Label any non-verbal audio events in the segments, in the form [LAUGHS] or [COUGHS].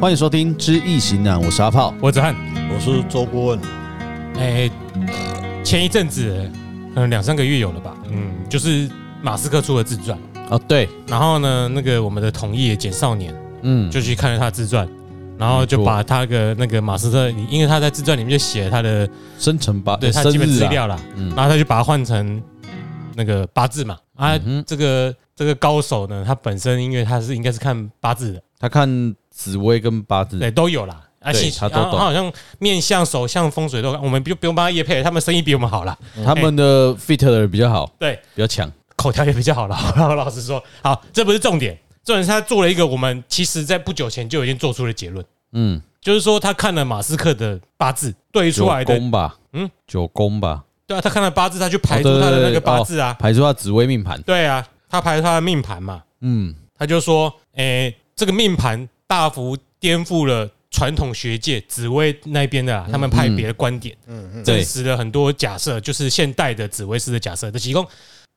欢迎收听《知易行难》，我是阿炮。我子翰，我是周顾问，哎、前一阵子，可能两三个月有了吧，嗯，就是马斯克出了自传，哦，对，然后呢，那个我们的同业简少年嗯，就去看了他的自传，然后就把他的那个马斯克，因为他在自传里面就写了他的生辰八对呃他生基本日资啊，料啦，嗯然后他就把它换成那个八字嘛，啊嗯，哼这个这个高手呢，他本身因为他是应该是看八字的，他看紫薇跟八字，对，都有啦。啊，对其他都啊懂好像面相、手相、风水都，我们不不用帮他业配，他们生意比我们好啦。他们的 fit 的人比较好，哎对，比较强。口条也比较好了。 [LAUGHS] 我老实说，好，这不是重点，重点是他做了一个我们其实在不久前就已经做出的结论，嗯，就是说他看了马斯克的八字对出九来的，宫吧，嗯嗯，九宫吧，对啊，他看了八字，他去排哦出对他对的那对个八字啊，排出他紫薇命盘。对啊，他排出他的命盘嘛，嗯，他就说，诶，这个命盘大幅颠覆了。传统学界紫薇那边的、啊，他们派别的观点，证对，实了很多假设，就是现代的紫薇师的假设。这提供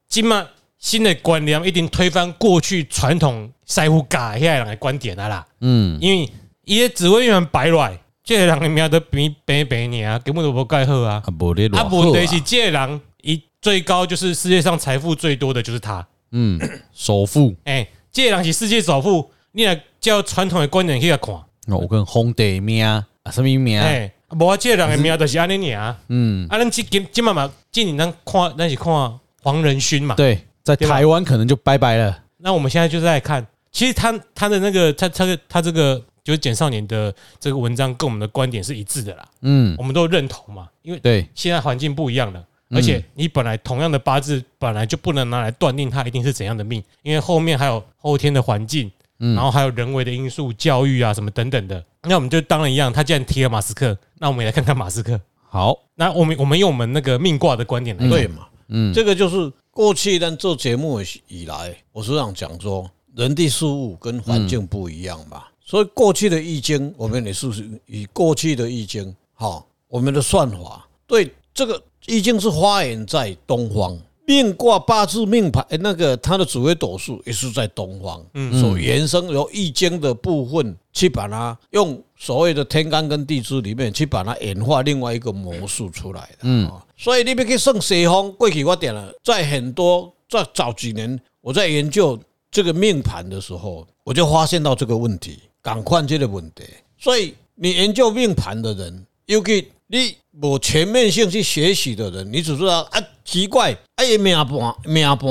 今嘛新的观念，一定推翻过去传统师傅教的遐人的观点啊啦。嗯，因为伊的紫薇员白来，这个人的命都平平平你啊，根本都无盖好啊啊。，不列罗啊，问题是这个人，伊最高就是世界上财富最多的就是他。嗯，首富，哎、这个人是世界首富，你若照传统的观点去甲看，哦我跟红帝命啊，什么命？哎、啊无啊，这个人的命就是安尼尔啊。嗯，啊，咱即今今嘛嘛，今年咱看咱是看黄仁勋嘛，对，在对吧台湾可能就拜拜了。那我们现在就在看，其实他他的那个他他的他这个就是简少年的这个文章跟我们的观点是一致的啦，嗯，我们都认同嘛，因为对，现在环境不一样了。嗯而且你本来同样的八字，本来就不能拿来断定它一定是怎样的命，因为后面还有后天的环境，嗯然后还有人为的因素、教育啊什么等等的。那我们就当然一样，他既然提了马斯克，那我们也来看看马斯克。好，那我们我们用我们那个命卦的观点来看，对嘛？嗯，这个就是过去咱做节目以来，我时常讲说，人的事物跟环境不一样嘛，所以过去的易经，我们也是以过去的易经，好，我们的算法对这个易经是发源在东方。命卦八字命盘，哎那个它的紫微斗数也是在东方，嗯，所延伸由易经的部分去把它用所谓的天干跟地支里面去把它演化另外一个魔术出来的，嗯，所以你要去算西方过去我点了，在很多在早几年我在研究这个命盘的时候，我就发现到这个问题，赶快这个问题。所以你研究命盘的人，尤其你无全面性去学习的人，你只知道啊奇怪，啊伊命盘命啊盘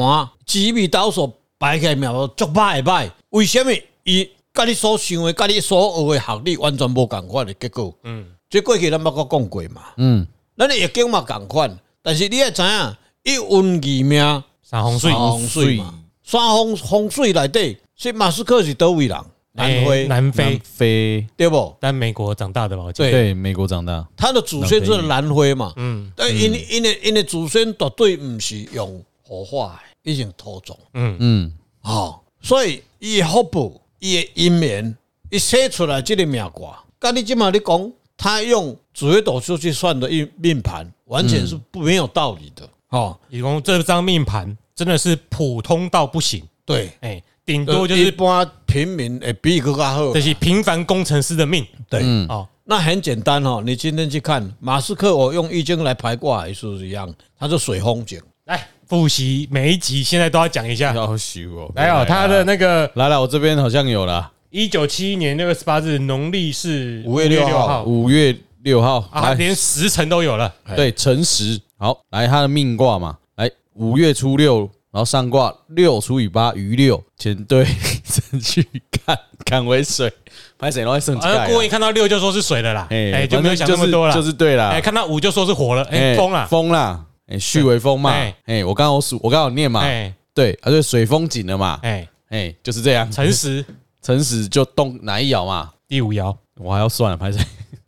紫微斗数摆起来命啊盘足歹的歹，为什么伊甲你所想的、甲你所学的学历完全无共款的结果？嗯，这过去咱捌个讲过嘛。嗯，咱的易经嘛共款，但是你也知影，伊运气命三红水三风水嘛，三风风水内底，所以马斯克是倒位人？南哎非南南非，非，对不？但美国长大的吧？我记得。对对，美国长大，他的祖先就是南非嘛，嗯但因因的因的祖先绝对毋是用火化的，已经土葬。嗯，嗯，哦，所以伊的福报，伊的姻缘，伊写出来即个命卦，甲你即马你讲，他用紫微斗数去算的命命盘，完全是嗯不没有道理的。哦，一共这张命盘真的是普通到不行，对，哎、顶多就呃一是般平民会比佫较好这。些平凡工程师的命对，嗯哦。那很简单哦，你今天去看马斯克，我用易经来排卦也是一样，它是水风景。来复习每一集，现在 [LAUGHS] 都要讲一下。要修哦来哦，他的那个来了，我这边好像有了，一九七一年六月十八日，农历是5月6号五月六号，啊，来，哎连时辰都有了。对，辰时，好，来他的命卦嘛，来五月初六，然后上卦六除以八余六，前对 [LAUGHS] 正去看看为水，拍谁然后剩几反正顾问一盖？啊看到六就说是水了啦，哎，就没有反正想那么是多了就。是啊对啦哎，，看到五就说是火了，哎，风了，风啦，哎，戌为风嘛哎，哎，我刚好数，我刚好念嘛，哎对，啊，对，水风景了嘛，哎，哎，就是这样，辰时辰时就动哪一爻嘛，第五爻，我还要算了，拍谁？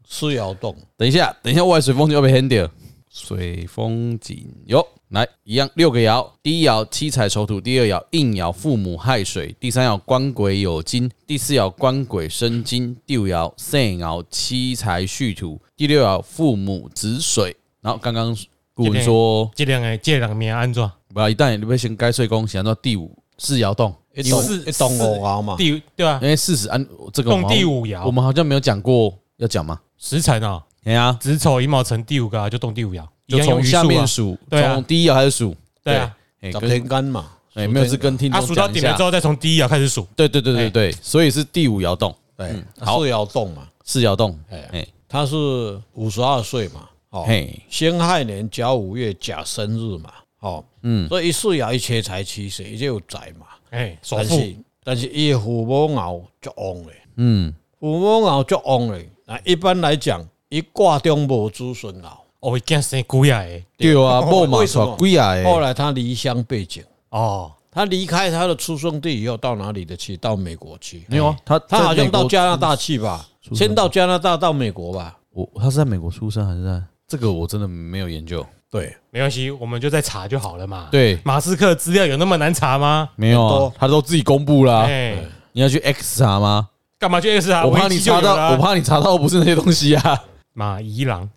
四爻动，等一下，等一下，外水风景要被 hand 掉。水风景哟，来一样六个爻，第一爻七彩丑土，第二爻应爻父母亥水，第三爻官鬼酉金，第四爻官鬼申金，第五爻肾爻七财戌土，第六爻父母子水。然后刚刚顾文说，这两个这两个名安怎？不要一旦你被先该岁宫，想到第五四爻动，一你懂是一懂五爻嘛，第对啊，因为事实按这个我们动好像第五爻哦哎我们好像没有讲过，要讲吗？时辰啊，哎呀，子丑寅卯辰第五个啊，就动第五爻，一就样用从余下数啊面，数，对啊从第一爻开始数，对啊，哎，十跟天干嘛，哎没有是跟听他众啊数到讲一顶了下之，后哎再从第一爻开始数，对对对对对，所以是第五爻动，对，嗯啊好四爻动嘛，四爻动，哦哎哎他是五十二岁嘛，哦，嘿，辛亥年甲午月甲生日嘛，哦，嗯，所以一四爻一切财七岁，伊就有财嘛，哎，首但富是但是伊父母爻足旺诶，嗯，父母爻足旺诶，那啊一般来讲，伊卦中无子孙爻，哦，一件生鬼啊哎，对啊，木马为什么耍鬼啊，哎后来他离乡背井，哦，他离开他的出生地以后，到哪里的去？到美国去，没有啊，他他好在像美国到加拿大去吧，先到加拿大到美国吧，我他是在美国出生还是在？这个我真的没有研究。对，没关系，我们就再查就好了嘛。，对，马斯克资料有那么难查吗？没有很啊多，他都自己公布啦。哎，你要去 X 查吗？干嘛去 S 啊？啊我怕维你基就有查到，了我啊怕你查到不是那些东西啊。马伊郎，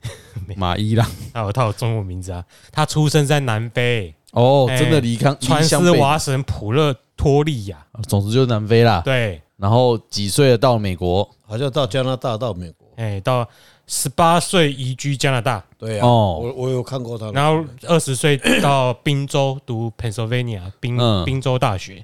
马伊啦，他有他有中文名字啊，他出生在南非，哦，哎真的离康传离乡斯背瓦省普勒托利亚。景总之就是南非啦。对，然后几岁了到美国？好像到加拿大到美国，哎，到十八岁移居加拿大，对啊，哦我我有看过他的，然后二十岁到宾州读 Pennsylvania 宾嗯宾州大学，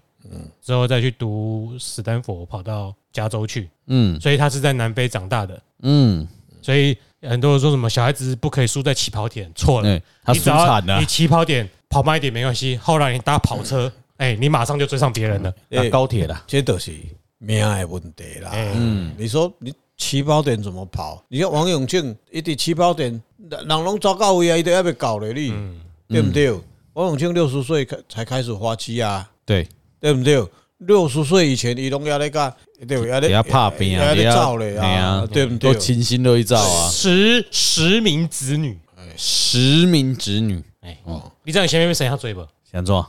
之后再去读史丹佛，跑到加州去，嗯所以他是在南非长大的。嗯，所以很多人说什么小孩子不可以输在起跑点，错了，对，哎他啊哦你输只要惨了你，起跑点跑慢一点没关系，后来你搭跑车，哎、你马上就追上别人了。打高铁啦。这都是命的问题啦。哎、嗯你说你起跑点怎么跑？你看王永庆，一直起跑点，人拢走到位啊，伊都还没搞咧你，嗯对不对？王永庆六十岁开才开始发迹哎啊，对，对不对？六十岁以前，伊拢也咧干，对不对？也也咧要怕病啊，也也咧要走咧哎呀啊，对不都对？清新乐一照啊，十十名子女，十名侄女，哎、哦你知道你前面被谁要追不？想做？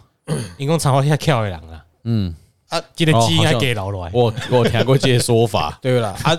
因公常话下跳的人啊，嗯，啊，。记得哦基因好还像给老来。我我有听过这些说法 [LAUGHS] 对啦，啊，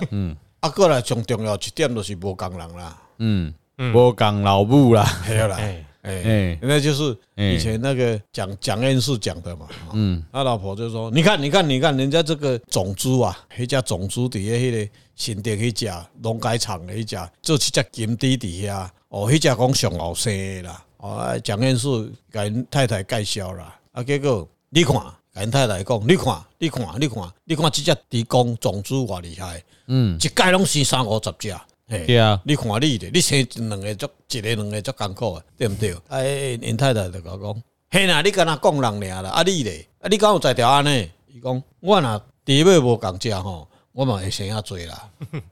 啊，过来上重要一点就是无工人啦，嗯，我讲老母啦，对啦，哎，哎，哎，那就是哎以前那个蒋蒋彦士讲的嘛，啊嗯，他老婆就说：“你看，你看，你看，人家这个种猪啊，迄只种猪伫咧迄个新店迄只农改场的迄只，做一只金猪伫遐，哦，迄只讲上后生的啦，哦，啊蒋彦士甲因太太介绍啦，啊，结果你看，甲因太太讲，你看，你看，你看，你看，即只猪公种猪偌厉害，嗯，一届拢生三五十只，嘿对啊，你看你的，你生两个足，一个两个足艰苦的，对毋对？哎，因太太就甲我讲，嘿啦，你敢若讲人尔啦，啊你咧，啊你敢有才调安尼？伊讲，我若猪尾无共食吼，我嘛会生较 [LAUGHS] 济啦，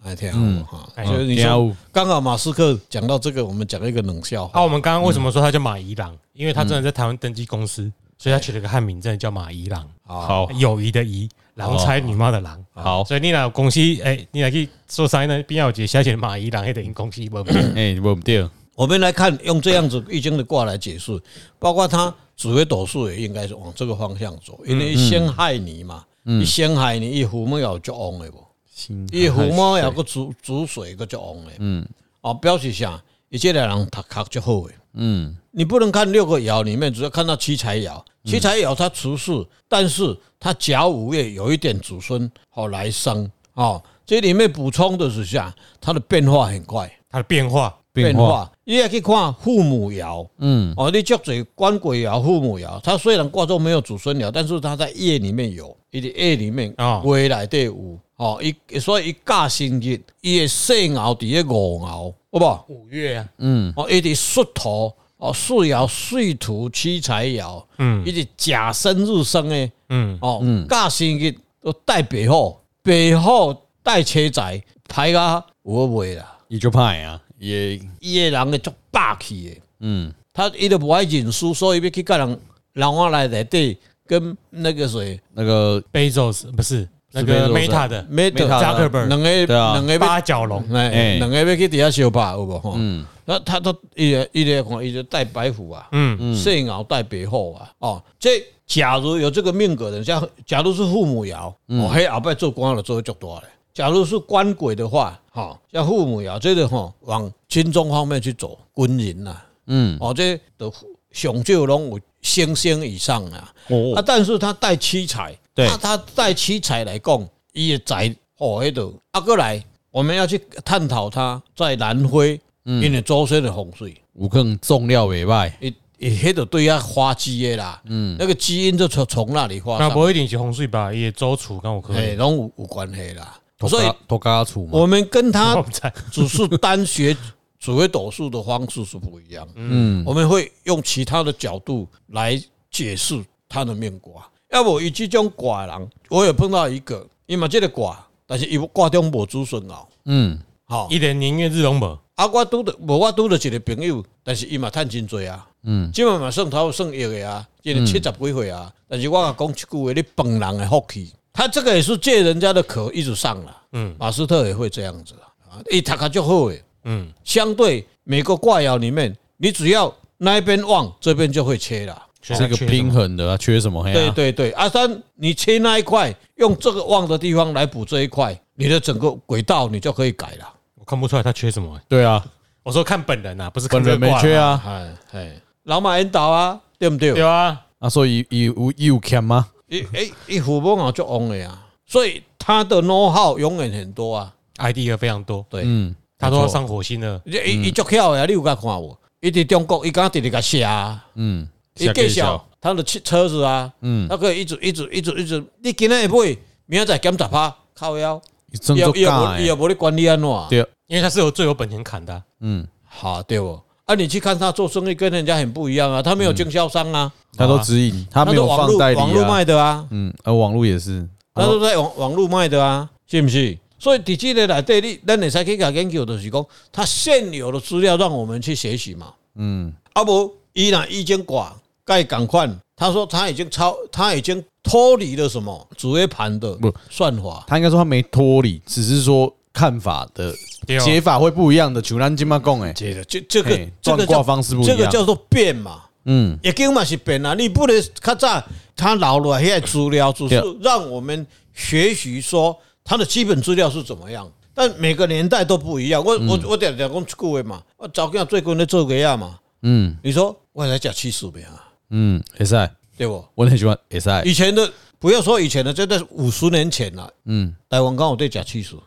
哎，听好无哈。哎所以你听哦有说，刚好马斯克讲到这个，我们讲一个冷笑啊，话。我们刚刚为什么说他叫马伊郎？因为他真的在台湾登记公嗯司，所以他取了个汉名，真的叫马伊郎，好，好，友谊的谊，郎才女貌的郎。哦好，所以你若有公司，哎、你若去做生意呢，边有一个写写马伊郎，迄等于公司 [LAUGHS] 无。哎，我不对，我们来看用这样子易经的卦来解释，包括他紫微斗数也应该是往这个方向走，因嗯为先害你嘛，一先害你，一虎母有足旺的无。啊伊父母也个煮煮水个足旺诶，嗯哦，表示啥？伊即个人读壳足好诶。嗯你不能看六个爻里面，只要看到七财爻，七财爻它除世，但是它甲午月有一点子孙哦来生哦，这里面补充的是啥？它的变化很快，它的变化，变化，你也可以看父母爻嗯哦，你足嘴官鬼爻、父母爻，它虽然卦中没有子孙爻，但是它在夜里面有，伊的夜里面哦未来第五哦，伊所以伊驾生日，伊的细爻伫咧五爻，好不好？五月啊，嗯哦，伊伫戌土哦，戌爻、戌土、七财爻，嗯伊伫甲申日生诶，嗯，哦，驾生日都带白虎，白虎带车财，排甲有尾啦，伊就派啊，也伊诶人诶足霸气诶。嗯他伊都不爱认输，所以要去甲人人我来内底跟那个谁那个 Bezos 不是那是个 Bezos 啊 Meta 的 Meta 啊 Zuckerberg 两个对啊两个要八角龙，哎哎两个要去底下相拍有无吼？嗯那他都伊个伊个看伊就带白虎啊，嗯，嗯肾鳌带白虎啊，哦，这假如有这个命格的，像假如是父母爻，哦，嘿后摆做官了做得足大嘞。假如是官鬼的话，哈、像父母爻这个吼、往军中方面去走，军人呐、啊，嗯哦，这都上少拢有星星以上啊。哦啊，但是他带七彩，对那他在七彩来讲，伊的财哦，迄度啊，过来我们要去探讨他在南非因为周身的风水，有可能重料袂歹，伊伊迄度对他花基的啦，嗯，那个基因就从从那里发那上，不一定是洪水吧，也周楚跟我可哎，以，拢有有关系啦。托所以家托家厝嘛，我们跟我他不知道只是单学紫微斗数的方式是不一样。嗯，我们会用其他的角度来解释他的面卦。要不以这种卦的人，我也碰到一个，伊嘛这个卦，但是伊卦中无子孙哦。嗯，好，一年宁愿日拢无，啊，我拄着无我拄着一个朋友，但是伊嘛趁真多啊。嗯，即嘛嘛算头算一个啊，一个七十几岁啊。但是我甲讲一句话，你本人的福气，他这个也是借人家的壳一直上了。嗯马斯特也会这样子啊，伊读较足好诶。嗯，相对每个卦爻里面，你只要那一边旺，这边就会切了。缺这个缺平衡的啊，缺什么？嘿啊对对对，阿三，你切那一块，用这个旺的地方来补这一块，你的整个轨道你就可以改了。我看不出来他缺什么。对啊，我说看本人啊，不是看本人这个没卦啦缺，啊，哎哎，老马引导啊，对不对？对啊，啊，所以伊有伊有欠啊吗？一哎一虎崩啊就旺了呀，所以他的 know how 永远很多啊。 idea 非常多，对，嗯，他都要上火星了，伊伊足巧啊呀，你有甲看无？伊伫中国，伊敢直直甲写啊，嗯，伊介绍他的汽车子啊，嗯，他可以一直一直一直一直，你今仔会买，明仔载减十趴，靠腰，伊真伊做也伊也假无伊也诶，无咧管你安怎，对，因为他是有最有本钱砍的啊，嗯，哈对不？啊，你去看他做生意跟人家很不一样啊，他没有经销商啊，他都指引，嗯他没都有网放络代理网络啊，卖的啊，嗯，而网络也是，他都在网网络卖的啊，是不是？所以伫这个内底，你咱会使去甲研究，就是讲他现有的资料让我们去学习嘛。嗯，啊无伊若意见挂，该赶快。他说他已经超，他已经脱离了什么紫微盘的不算法。他应该说他没脱离，只是说看法的对解哦，法会不一样的。像咱今嘛讲诶，这个这这个嘿这个转卦叫方式不一这样个叫做变嘛，嗯，易经嘛是变啊。你不能较早他留落遐资料，只是对让我们学习说他的基本资料是怎么样。但每个年代都不一样。我嗯我我点点讲一句话嘛，我早间最近咧做个啊嘛，嗯你说我来讲七十名啊，嗯，会使，对不？我很喜欢会使，以前的不要说以前的，真的五十年前了、嗯，台湾刚有对食气素，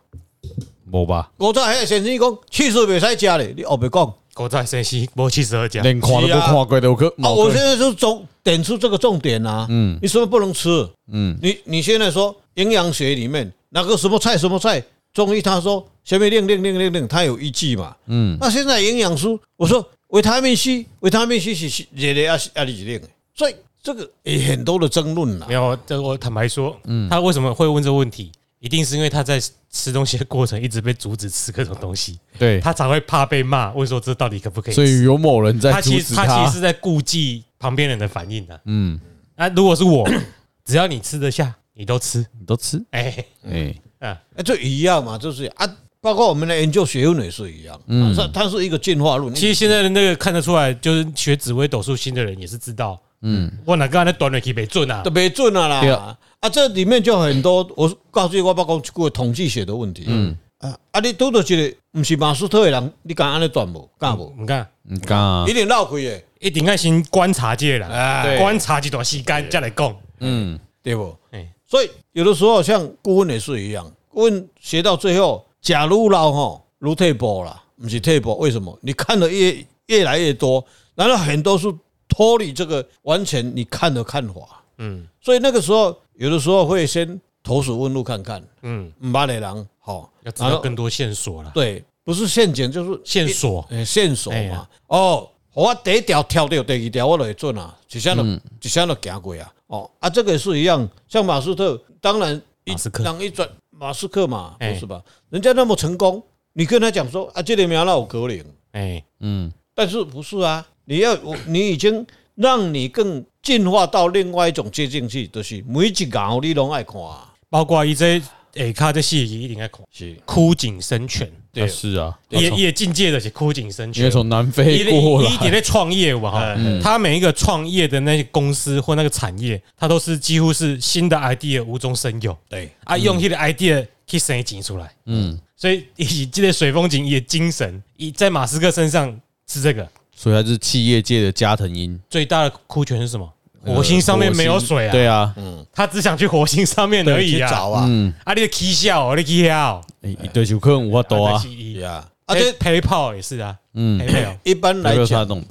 无吧，我早迄个先生讲气素袂使食咧，你后壁讲啊！狗在山西摸七十二家，连看都无看过都有去。冇哦我去现在就重点出这个重点啊，嗯，你什么不能吃？嗯，你你现在说营养学里面哪个什么菜什么菜，中医他说前面令令令令令，他有依据嘛，嗯，那现在营养书我说维他命 C，维他命 C 是是热的啊啊是令的，所以这个也很多的争论啦没。有，这我坦白说，嗯他为什么会问这个问题？一定是因为他在吃东西的过程一直被阻止吃各种东西，对，他才会怕被骂，问说这到底可不可以所以吃？有某人在他阻其止实他其实他。是在顾忌旁边人的反应的、啊。嗯，那如果是我， [CLEARS THROAT] 只要你吃得下，你都吃。你都吃，哎，哎，啊，哎，这一样嘛，就是啊，包括我们的研究学问也是一样，嗯，它它是一个进化论。其实现在的那个看得出来，就是学紫微斗数星的人也是知道，嗯，我哪个那短尾可以没准啊都？没准啊对啦。啊，这里面就很多，我告诉你，我包括一个统计学的问题。嗯啊，啊，你拄到一个不是马斯特的人，你敢安尼转无？敢无？你看，你讲啊一，定绕开的，一定要先观察界了，哎，观察几段时间再来讲。嗯，对不？哎，所以有的时候像顾问也是一样，顾问学到最后，假如老吼如退步啦，不是退步，为什么？你看的越越来越多，然后很多是脱离这个完全你看的看法，嗯所以那个时候有的时候会先投鼠问路看看，嗯，唔巴的人吼，要知道更多线索了，对，不是陷阱就是线索。诶呃线索哎嘛呀。哦，我第一条跳掉，第二条我就会准啊，一下就嗯一下就行过啊。哦啊，这个也是一样，像马斯特，当然一马斯克人一转马斯克嘛，哎不是吧？人家那么成功，你跟他讲说啊，这里苗有格林，哎，嗯，但是不是啊？你要我你已经让你更进化到另外一种接近去，就是每一爻你拢爱看啊，包括伊这下卡这戏一定要看，是枯井生全，那是啊，也也境界的是枯井生因为全。从南一非过一点来，在创业嘛哈，他每一个创业的那些公司或那个产业，他都是几乎是新的 idea 无中生有对。啊，用那个 idea 去生井出来，嗯，所以以这个水风景也精神，以在马斯克身上是这个所以他是企业界的加藤鹰，最大的枯泉是什么？火星上面没有水啊，对啊，他只想去火星上面而对，去已啊。找啊，嗯，啊，你的 K 笑，你 K 笑，一哎对就可能我多啊，对啊，呀，而而且且 PayPal 也是啊，嗯，PayPal 一般没来有他讲，弄的，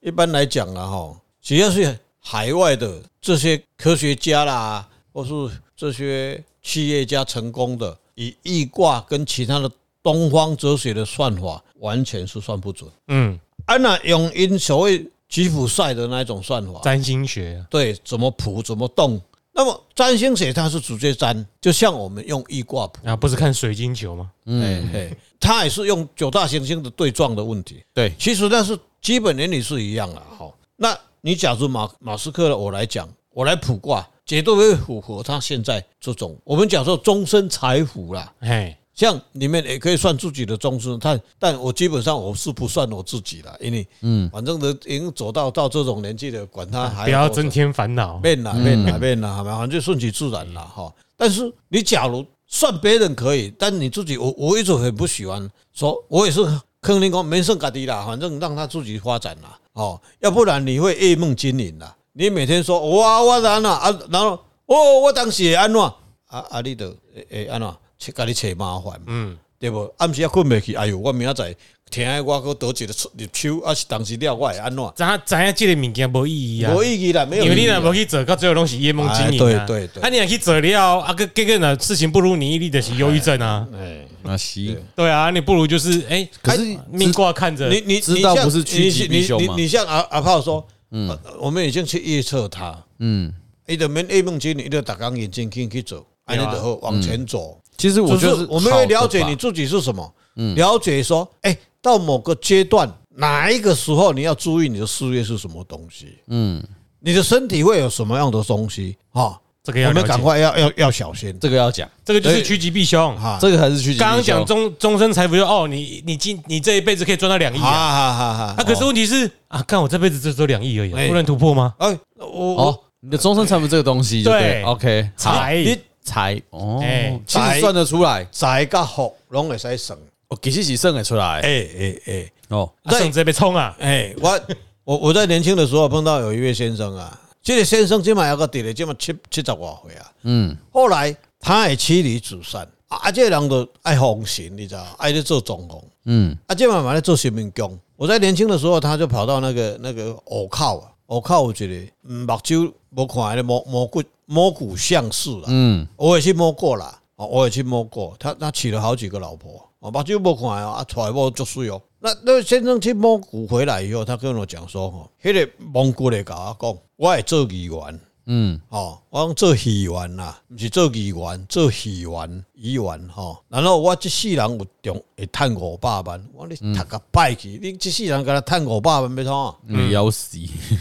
一般来讲啊，哈，只要是海外的这些科学家啦，或是这些企业家成功的，以易卦跟其他的东方哲学的算法，完全是算不准。嗯，啊，那用因所谓吉普赛的那一种算法，占星学，啊对，怎么谱怎么动。那么占星学它是直接占，就像我们用易卦谱，啊，不是看水晶球吗？哎嗯，哎，它也是用九大行星的对撞的问题。对其实那是基本原理是一样的哈。那你假如马马斯克的我来讲，我来卜卦，绝对会符合他现在这种我们讲说终身财富啦。嘿，像你们也可以算自己的终身，但但我基本上我是不算我自己了，因为嗯，反正都已经走到到这种年纪了，管他还不要多久增添烦恼，变啦变啦变啦，好吧，反正顺其自然啦哈。但是你假如算别人可以，但你自己，我我一直很不喜欢说，我也是坑你讲没剩嘎滴啦，反正让他自己发展啦哦，要不然你会夜梦惊醒啦。你每天说哇我然啊啊，然后哦我当时会安怎啊啊，你都会会安怎，去家己找麻烦嘛。嗯，对无？暗时啊困袂去，哎哟，我明仔载听的我搁倒一个入手，啊是当时了我会安怎？咱咱这个物件无意义啊，无意义啦，没有意义因啦。为你若无去做，到最后拢是夜梦经营啊。哎对对对啊，你若去做了，啊个个个呢，事情不如你意，你就是忧郁症啊。哎那行，对啊，你不如就是哎，可是哎命卦看着你你知道你像不是趋吉避凶你吗你你你像阿阿炮说，嗯，我们已经去预测它，嗯，伊就免噩梦经，你就打刚眼睛进去走，安尼对啊就好往前走。其实嗯我就觉得是是我们好会的了解吧嗯你自己是什么，了解说，哎，到某个阶段，哪一个时候你要注意你的事业是什么东西，嗯，你的身体会有什么样的东西啊？这个要我们了解赶，快哎要要要小心这个要讲，这个就是趋吉避凶。哈。这个还是去刚刚讲终终身财富就哦，你你今你这一辈子可以赚到两亿哈啊，哈哈啊，哈！可是问题是啊，看我这辈子就只有两亿而已啊，哎不能突破吗？哎，我我哦，你的终身财富这个东西就对对，OK，好财你财哦哎，其实财算得出来，财甲福拢会使省，哦，其实是算得出来哎哎哎。哦，啊省着被冲啊，哎，我 [LAUGHS] 我我在年轻的时候碰到有一位先生啊，这个先生今晚有个弟弟，今晚七七十外岁啊。嗯，后来他也妻离子散，啊，啊这个人就爱奉神，你知道，爱去做总统，嗯，啊，这晚嘛在做新民工。我在年轻的时候，他就跑到那个那个湖口啊，湖口有一个嗯目睭无看的蘑蘑菇蘑菇像市啦，嗯，我也去摸过啦，哦，我也去摸过，他他娶了好几个老婆，我目睭无看哦，啊，娶某足水哦。那那个先生去摸骨回来以后，他跟我讲说，吼，迄、个蒙古的甲我讲，我会做议员，嗯，哦，我讲做议员啦，毋是做议员，做议员，议员吼、然后我即世人有中会趁五百万，我讲嗯你读个拜去，你即世人敢若趁五百万要 [LAUGHS] 创啊？你要 [LAUGHS] 死，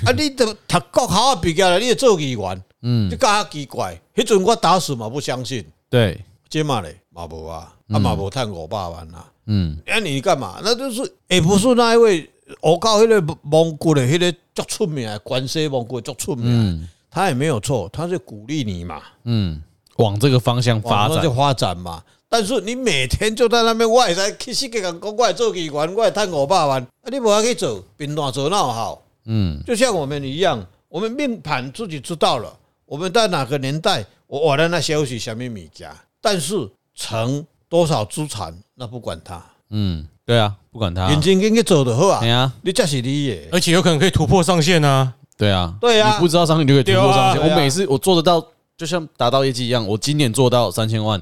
啊，你都读国校毕业了，你会做议员，嗯你，较奇怪。迄阵我打死嘛不相信。对，即嘛嘞嘛无啊，啊嘛无趁五百万啊，嗯，啊你干嘛？那就是也不是那一位我告迄个蒙古的迄个足出名的，关西蒙古的足出名的，他也没有错，他是鼓励你嘛，嗯，往这个方向发往那展就，发展嘛。但是你每天就在那边，我也在去世界讲，我会做机关，我会趁五百万，啊你无要去做，平淡做哪有好？嗯，就像我们一样，我们命盘自己知道了，我们在哪个年代，我我在那消息什么米家，但是成多少资产，那不管它，嗯，对啊，不管他，眼睛跟去做就好哎啊，呀，你这是你的，而且有可能可以突破上限啊。对啊，对啊你不知道上限就可以突破上限。对啊我每次我做得到，就像达到业绩一样，我今年做到三千万，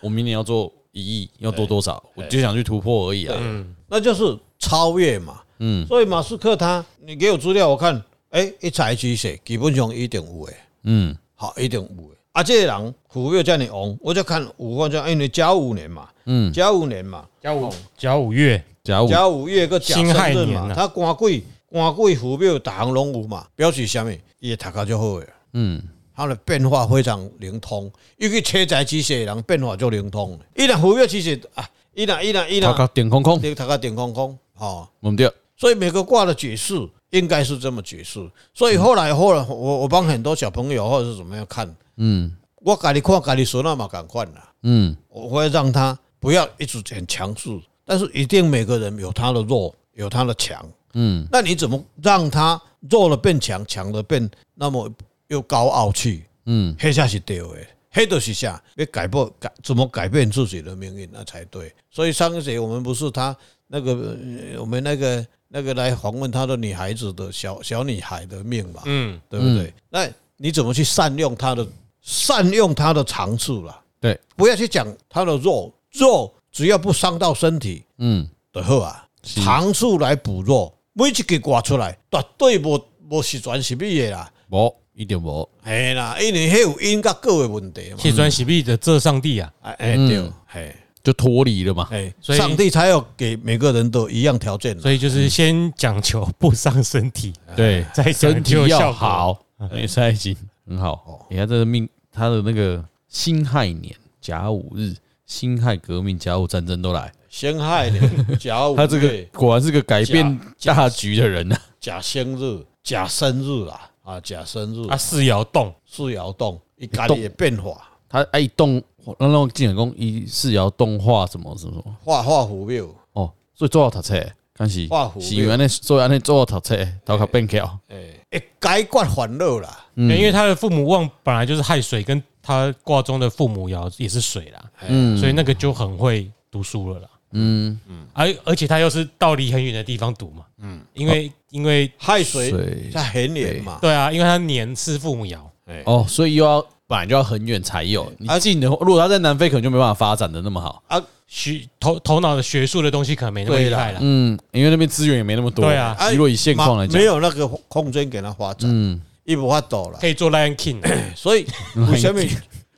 我明年要做一亿，要多多少，我就想去突破而已啊。嗯，那就是超越嘛。嗯所以马斯克他，你给我资料我看，哎，一财取舍，基本上一定有诶，嗯，好，一定有诶。啊，这个人虎又叫你红，我就看五万就因为甲午年嘛，嗯甲午年嘛，加五加五月，甲午甲午月个甲哦辛亥申闰年嘛啊，他官贵官贵虎庙逐项拢有嘛，表示啥物？伊读较就好诶，嗯他的变化非常灵通，尤其车载机械人变化就灵通。伊若虎庙其实啊，伊若伊若伊头若壳顶空空，你读较定空空吼。我们对，哦所以每个卦的解释应该是这么解释。所以后来后来，我我帮很多小朋友或者是怎么样看，嗯我家己看家己孙啊嘛，赶快啦，嗯我会让他不要一直很强势，但是一定每个人有他的弱，有他的强。嗯那你怎么让他弱了变强，强了变那么又高傲去，嗯，迄才是对的。黑的是啥？要改变改怎么改变自己的命运，那才对。所以上一节我们不是他那个呃我们那个那个来访问他的女孩子的小小女孩的命嘛，嗯，对不对？那你怎么去善用他的善用他的长处啦？对，不要去讲他的弱弱，只要不伤到身体嗯，就好啊。长处来补弱，每一个刮出来绝对无无十全十美的啦。无一定无，嘿啦，因为迄有因甲果的问题嘛。气转洗币的这上帝啊，哎哎嗯对，哎就脱离了嘛。哎，所以上帝才要给每个人都一样条件啦。所以就是先讲求不伤身体，对，再讲身体究效要果好，哎，赛季很好。你看这个命，他的那个辛亥年甲午日，辛亥革命、甲午战争都来，辛亥年，甲午他这个月果然是个改变甲大局的人啊呐。甲生日，甲生日啦，啊甲生日 [LAUGHS] 啊，，四爻动，四爻动，伊家己的变化，他爱动，那种进攻一是要动画什么什么什么化化虎庙，哦，所以做到读册，但是画虎是因为安尼做安尼做到读册，头壳变巧。哎，会解决烦恼啦。嗯因为他的父母旺本来就是亥水，跟他卦中的父母爻也是水啦，哎嗯所以那个就很会读书了啦。嗯，而而且他又是到离很远的地方读嘛，嗯，因为因为亥水水在很远嘛，对啊，因为他年是父母爻，哦，所以又要本来就要很远才有，你近的话，如果他在南非，可能就没办法发展的那么好。啊学头头脑的学术的东西可能没那么厉害啦。嗯，因为那边资源也没那么多。对啊啊，如果以现况来讲没，有那个空间给他发展，嗯，伊无法度啦可。以做 Lion King，啊 [COUGHS] [LAUGHS] 所以 Lion 为什么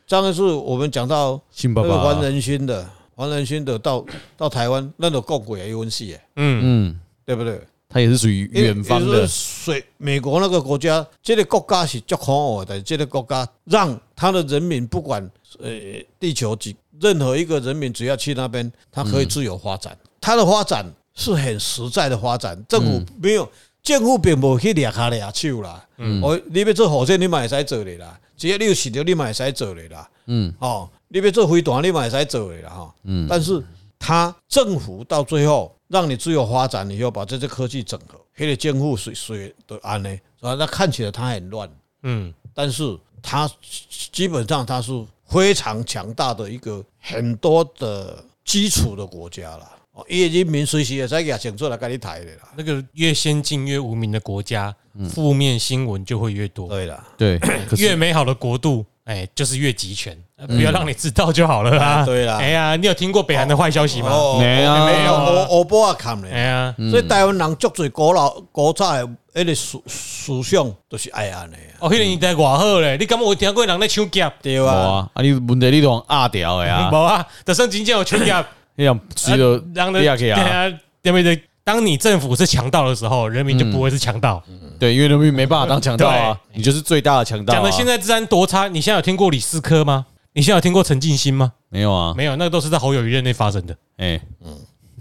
上一次我们讲到辛巴那个巴黄，仁勋的，黄仁勋的到到台湾，那种共轨也温系诶，嗯，嗯，对不对？他也是属于远方因为的，水美国那个国家，这个国家是足可恶的，这个国家让他的人民不管呃地球几任何一个人民，只要去那边，他可以自由发展。他的发展是很实在的发展，政府没有。政府并无去掠下掠手啦，哦，你要做火箭，你嘛会使做的啦；只要你有实力，你嘛会使做的啦。嗯哦，你要做飞弹，你嘛会使做的啦哈。嗯但是他政府到最后让你自由发展以后，把这些科技整合，黑的政府水水的安呢，啊，那看起来他很乱，嗯，但是他基本上他是非常强大的一个很多的基础的国家了。哦，伊人民随时也在给他请出来给你抬的啦。那个越先进越无名的国家，负面新闻就会越多，对啦，对，可越是美好的国度，哎，就是越集权，呃不要让你知道就好了啦。对啦哎呀，你有听过北韩的坏消息吗？哦没啊没有，我我不啊看哎咧。呀，嗯所以台湾人足侪古老古早的迄个思思想都是爱安尼啊，哦，迄个年代偌好嘞，你敢有听过人咧抢劫？对哇 [LAUGHS] 啊，啊，你问题你都压掉的呀 [LAUGHS] 无，啊，就算真正有抢劫。你想只有让第二个啊，啊，对不对？当你政府是强盗的时候，人民就不会是强盗。对，因为那边没办法当强盗啊，你就是最大的强盗啊。讲的现在治安多差，你现在有听过李斯科吗？你现在有听过陈进兴吗？没有啊，没有，那个都是在侯友谊任内发生的，哎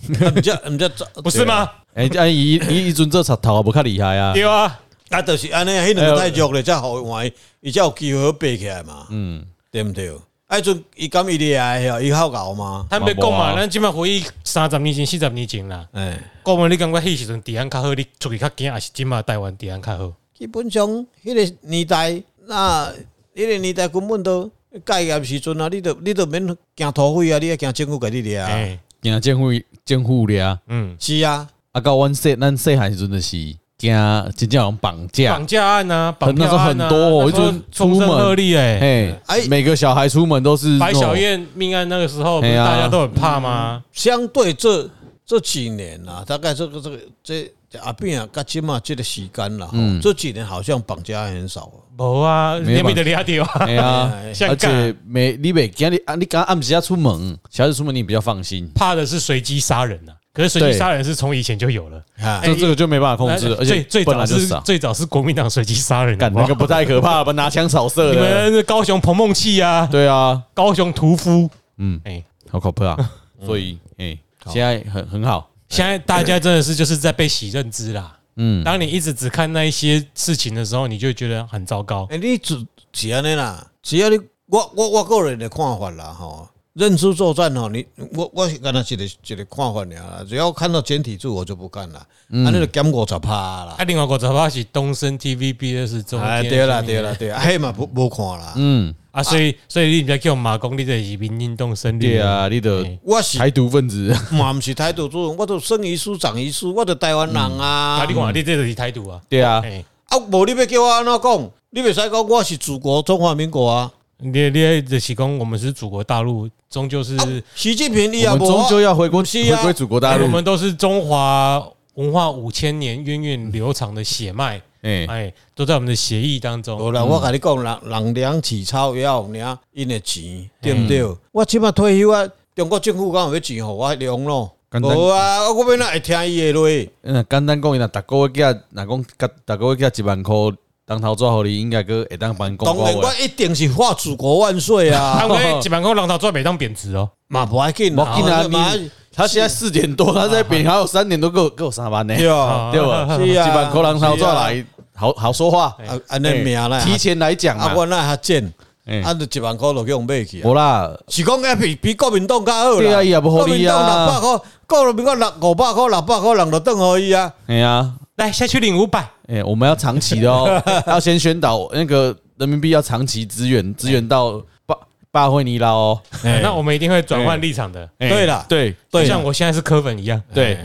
毋则毋则不是？吗？哎，啊伊伊伊阵这头头不较厉害啊，对啊，啊，就是安尼，迄两个太弱咧，才好玩，伊才有机会爬起来嘛，嗯，对毋对？啊，迄阵伊敢伊厉害哦，伊好搞嘛，他别讲嘛没嘛，啊咱即摆回忆三十年前、四十年前啦，哎，讲完你感觉迄时阵治安较好，你出去较惊，还是即摆台湾治安较好？基本上迄个年代，那迄个年代根本都戒严时阵啊，你都你都免惊土匪啊，你啊惊政府甲你掠啊，哎，惊监护监护的啊，嗯，是啊，啊，到阮细咱细汉时阵的是惊真正有人绑架绑，架案啊，绑那票时候案很啊，多哦那时候一直风出声门鹤唳哎，哎哎，每个小孩出门都是白小那种燕命案那个时候，不是哎呀大家都很怕吗？嗯相对这这几年啊，大概这个这个这这阿扁啊，甲即嘛这个时间啦，吼嗯这几年好像绑架案很少哦。无啊，没你绑没得抓到啊。哎呀，像而干且没你每今你啊，你刚暗时要出门，小孩子出门你比较放心，怕的是随机杀人呐、啊可是随机杀人是从以前就有了，哎这这个就没办法控制了，而且哎最最本早来就是少，最早是国民党随机杀人，干好不那好个不太可怕了吧？拿枪扫射你的，们是高雄彭梦器啊，对啊，高雄屠夫，嗯，哎、好可怕啊，所以哎，现在很很好，现在大家真的是就是在被洗认知啦。嗯，当你一直只看那一些事情的时候，你就觉得很糟糕。哎、你只是安尼啦，只要你我我我个人的看法啦吼，认知作战哦，你我我是跟他一个一个看法尔啦，只要看到简体字我就不看了，嗯啊，那个减五十趴啦啊，，另外五十趴是东升 TVBS 中哎，天对新啦闻对啦对啦，嘿嘛不不看啦，嗯，啊，所以所以你不要叫我妈讲，你这是民进党胜利对，啊，你的嘿我是台独分子，嘛毋是台独主人，我都生遗书长遗书，我都台湾人啊，啊嗯你，看你这就是台独啊，对啊，哎，啊，无你要叫我安怎讲？你袂使讲我是祖国中华民国啊，你你就是讲我们是祖国大陆，终究是啊习近平你也嗯我们无终啊，究要回国，不是啊回归祖国大我陆。们都是中华文化五千年源远流长的血脉，哎，哎，都在我们的协议当中。无啦，我甲你讲，哦人人粮起草也有领因的钱，对毋对？我即摆退休啊，中国政府敢有要钱互我用咯？嗯简单无啊，我要哪会听伊的话？嗯，简单讲，伊若逐个月寄，若讲甲逐个月寄一万箍当头纸互你，应该个会当帮你讲当然，我我一定是画祖国万岁他啊！ [LAUGHS] 们一万块人头做每当贬值哦，嘛无要紧无啦，紧啊，嘛你他现在四点多，他在北还有三点多，给我给我三万呢，对啊，啊对吧？是啊一万箍人头纸来，好好说话，啊安尼命啦，提前来讲啊，嘛我。那较贱，哎啊，就一万块就去用买去啊。无啦，是讲哎，比比国民党较好啦。对啊伊也不给你啊国民党六百块，国民党六五百块、六百块，人就转给伊啊。哎呀，来下去领五百，哎，我们要长期的 [LAUGHS] 哦，要先宣导那个人民币要长期支哎援，支援到巴巴惠尼拉哦。那我们一定会转换立场的，哎对啦对就对像我现在是柯粉一样。对，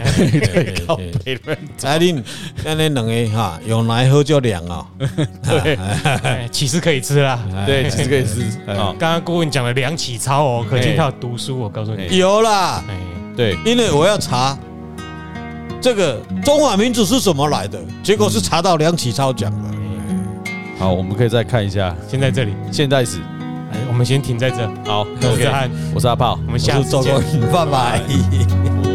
靠北哎，恁安尼两个哈，用来喝就凉 [LAUGHS] 啊。哎，起司可以吃啦。哦对，其实可以是啊刚，刚顾问讲了梁启超哦，可见他有读书。我告诉哎你，有啦，哎，对，因为我要查这个中华民族是怎么来的，结果是查到梁启超讲的。好，我们可以再看一下先在这里，现代史。哎我们先停在这。好我是阿汉我是阿炮。我们我下是次周见公。，拜拜。